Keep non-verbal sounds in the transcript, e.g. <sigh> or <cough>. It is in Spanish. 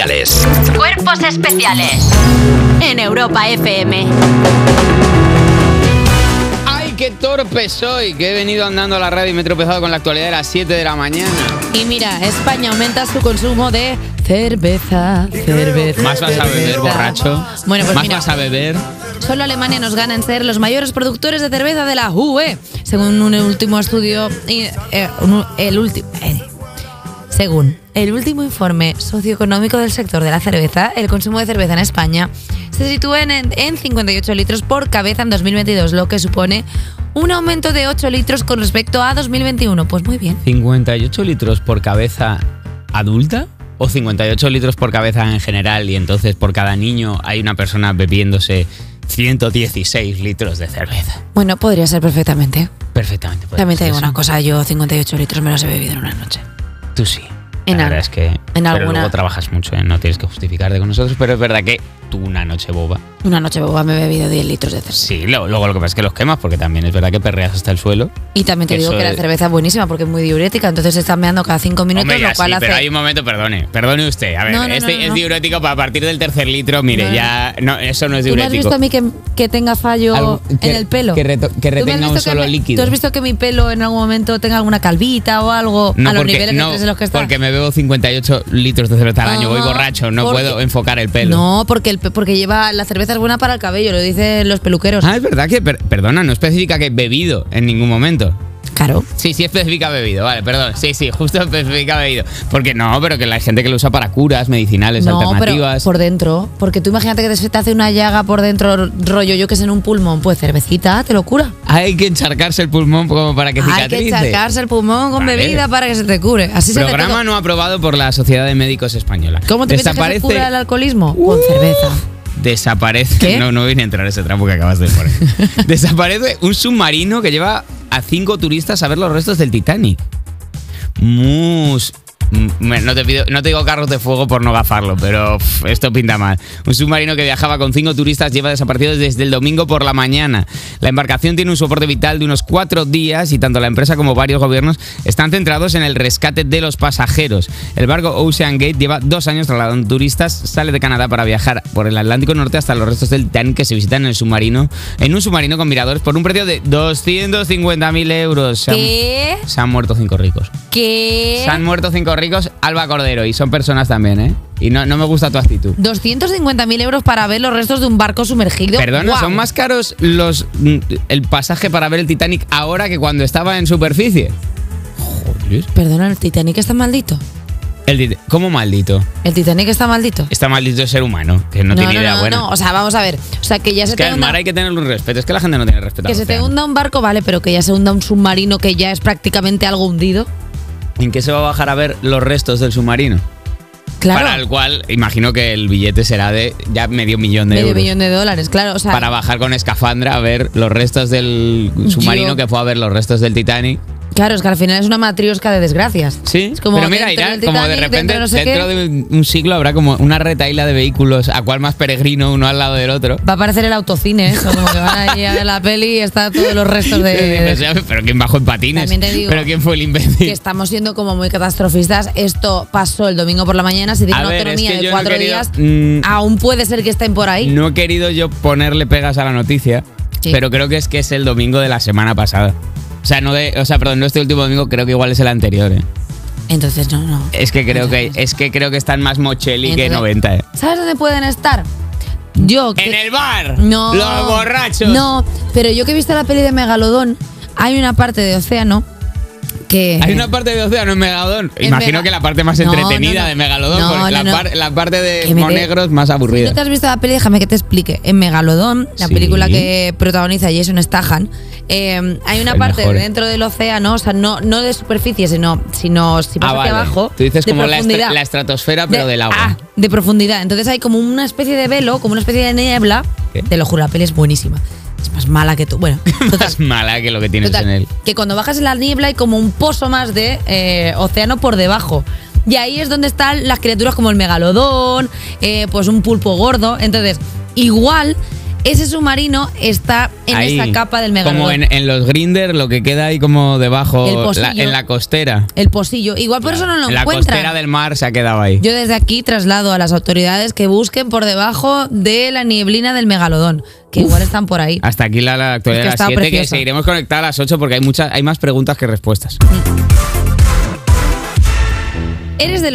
especiales. Cuerpos especiales en Europa FM. ¡Ay, qué torpe soy! Que he venido andando a la radio y me he tropezado con la actualidad de las 7 de la mañana. Y mira, España aumenta su consumo de cerveza, cerveza. Más vas a beber, cerveza. borracho. Bueno, pues Más mira. vas a beber. Solo Alemania nos gana en ser los mayores productores de cerveza de la UE, según un último estudio. y, eh, un- el último. según el último informe socioeconómico del sector de la cerveza, el consumo de cerveza en España se sitúa en, en 58 litros por cabeza en 2022, lo que supone un aumento de 8 litros con respecto a 2021. Pues muy bien. 58 litros por cabeza adulta o 58 litros por cabeza en general y entonces por cada niño hay una persona bebiéndose 116 litros de cerveza. Bueno, podría ser perfectamente. Perfectamente. puede También te ser digo eso. una cosa, yo 58 litros me los he bebido en una noche. Tú sí. En la al- verdad es que en pero alguna- luego trabajas mucho, ¿eh? no tienes que justificarte con nosotros, pero es verdad que tú una noche boba. Una noche boba me he bebido 10 litros de cerveza. Sí, lo- luego lo que pasa es que los quemas porque también es verdad que perreas hasta el suelo. Y también te Eso digo que la es- cerveza es buenísima porque es muy diurética, entonces se está meando cada 5 minutos, Hombre, ya lo cual sí, hace... pero hay un momento, perdone, perdone usted. A ver, No, no, no, este no, es no. diurético para a partir del tercer litro, mire, No, no. ya no, eso no es ¿Tú me has diurético. visto a mí que, que tenga fallo Algo- que- en el pelo? que reto- que ¿Tú me has retenga visto un que solo me- líquido? ¿Tú has visto que mi pelo en algún momento tenga alguna calvita o algo No, a los porque, niveles no, que en los que está? porque me bebo 58 litros de cerveza al año, voy Ajá, borracho, no porque- puedo enfocar el pelo. No, porque, el, pe- porque lleva la cerveza es buena para el cabello, lo dicen los peluqueros. Ah, es verdad que, per- perdona, no especifica que he bebido en ningún momento. Claro. Sí, sí especifica bebido, vale, perdón. Sí, sí, justo especifica bebido. Porque no, pero que la gente que lo usa para curas medicinales, No, pero alternativas. por dentro. Porque tú imagínate que te, te hace una llaga por dentro, rollo, yo que sé, en un pulmón. Pues cervecita, te lo cura. Hay que encharcarse el pulmón como para que cicatrice. Hay que sacarse el pulmón con Vale. bebida para que se te cure. Así se te Programa no aprobado por la Sociedad de Médicos Española. ¿Cómo te piensas que se cura el alcoholismo? Con Uh. cerveza. Desaparece. ¿Qué? No, no voy ni a entrar a ese trampo que acabas de <laughs> poner. Desaparece un submarino que lleva a cinco turistas a ver los restos del Titanic. Mus. Mm, bueno, No te, pido, no te digo carros de fuego por no gafarlo, pero pff, esto pinta mal. Un submarino que viajaba con cinco turistas lleva desaparecido desde el domingo por la mañana. La embarcación tiene un soporte vital de unos cuatro días y tanto la empresa como varios gobiernos están centrados en el rescate de los pasajeros. El barco Ocean Gate lleva dos años trasladando turistas, sale de Canadá para viajar por el Atlántico Norte hasta los restos del Titanic que se visitan en el submarino, en un submarino con miradores por un precio de 250.000 euros. Se han- ¿Qué? se han muerto cinco ricos. ¿Qué? Se han muerto cinco ricos, Alba Cordero, y son personas también, ¿eh? Y no, no me gusta tu actitud. 250.000 euros para ver los restos de un barco sumergido. Perdona, Guau. son más caros los mm, el pasaje para ver el Titanic ahora que cuando estaba en superficie. Joder. Perdona, el Titanic está maldito. El Tit- ¿Cómo maldito? El Titanic está maldito. Está maldito el ser humano, que no, tiene idea no, buena. no. O sea, vamos a ver. O sea, que ya es se que te al hunda- mar hay que tenerle un respeto, es que la gente no tiene respeto. Que al se te océano. hunda un barco, vale, pero que ya se hunda un submarino que ya es prácticamente algo hundido. ¿En qué se va a bajar a ver los restos del submarino? Claro. Para el cual, imagino que el billete será de ya medio millón de medio euros. millón de dólares, claro. O sea, para bajar con escafandra a ver los restos del submarino Yo- que fue a ver los restos del Titanic. claro, es que al final es una matriosca de desgracias. Sí, Es como pero mira, dentro irá del como de Titanic, repente dentro dentro, de no sé qué. de un- un siglo habrá como una retaíla de vehículos, a cual más peregrino uno al lado del <laughs> otro. Va a aparecer el autocine, ¿eh? eso, como que van ahí a ver la peli y está todos los <laughs> restos de, O sea, pero quién bajó en patines. También te digo pero quién fue el que imbécil. estamos siendo como muy catastrofistas. Esto pasó el domingo por la mañana, si tiene A una ver, es autonomía que yo de no he cuatro querido- días, Mm. aún puede ser que estén por ahí. No he querido yo ponerle pegas a la noticia, Sí. pero creo que es que es el domingo de la semana pasada. O sea, no de, o sea, perdón, no este último domingo, creo que igual es el anterior. ¿eh? Entonces, no, no. Es que creo que es que creo que están más Mocheli Entonces, que 90. ¿eh? ¿Sabes dónde pueden estar? Yo que- En el bar. No. Los borrachos. No, pero yo que he visto la peli de Megalodón, hay una parte de océano que Hay una parte de Océano en Megalodón. En Imagino Mega- que la parte más No, entretenida no, no. de Megalodón, No, porque la, no, no. par- la parte de Que me dé- Monegro es más Si aburrida. no te has visto la peli, déjame que te explique. En Megalodón, la Sí. película que protagoniza Jason Statham, eh, hay una El parte mejor. dentro del océano, o sea, no, no de superficie, sino, sino si vas Ah, hacia vale. abajo. Tú dices de como la, estra- profundidad. la estratosfera, pero del agua. <laughs> ah, de profundidad. Entonces hay como una especie de velo, como una especie de niebla. ¿Qué? Te lo juro, la peli es buenísima. Es más mala que tú. <laughs> Bueno, total, más mala que lo que tienes total, en él. que cuando bajas en la niebla hay como un pozo más de eh, océano por debajo. Y ahí es donde están las criaturas como el megalodón, eh, pues un pulpo gordo. Entonces, igual Ese submarino está en Ahí, esa capa del Como megalodón. en, en los grinders, lo que queda ahí como El debajo, pocillo. la- en la costera. El posillo. Igual por eso no lo en la costera encuentran. del mar se ha quedado ahí. Yo desde aquí traslado a las autoridades que busquen por debajo de la nieblina del megalodón, que igual están por ahí. Hasta aquí la, la actualidad Es que de las estaba 7, que precioso. seguiremos conectadas a las 8 porque hay, muchas, hay más preguntas que respuestas. ¿Eres de los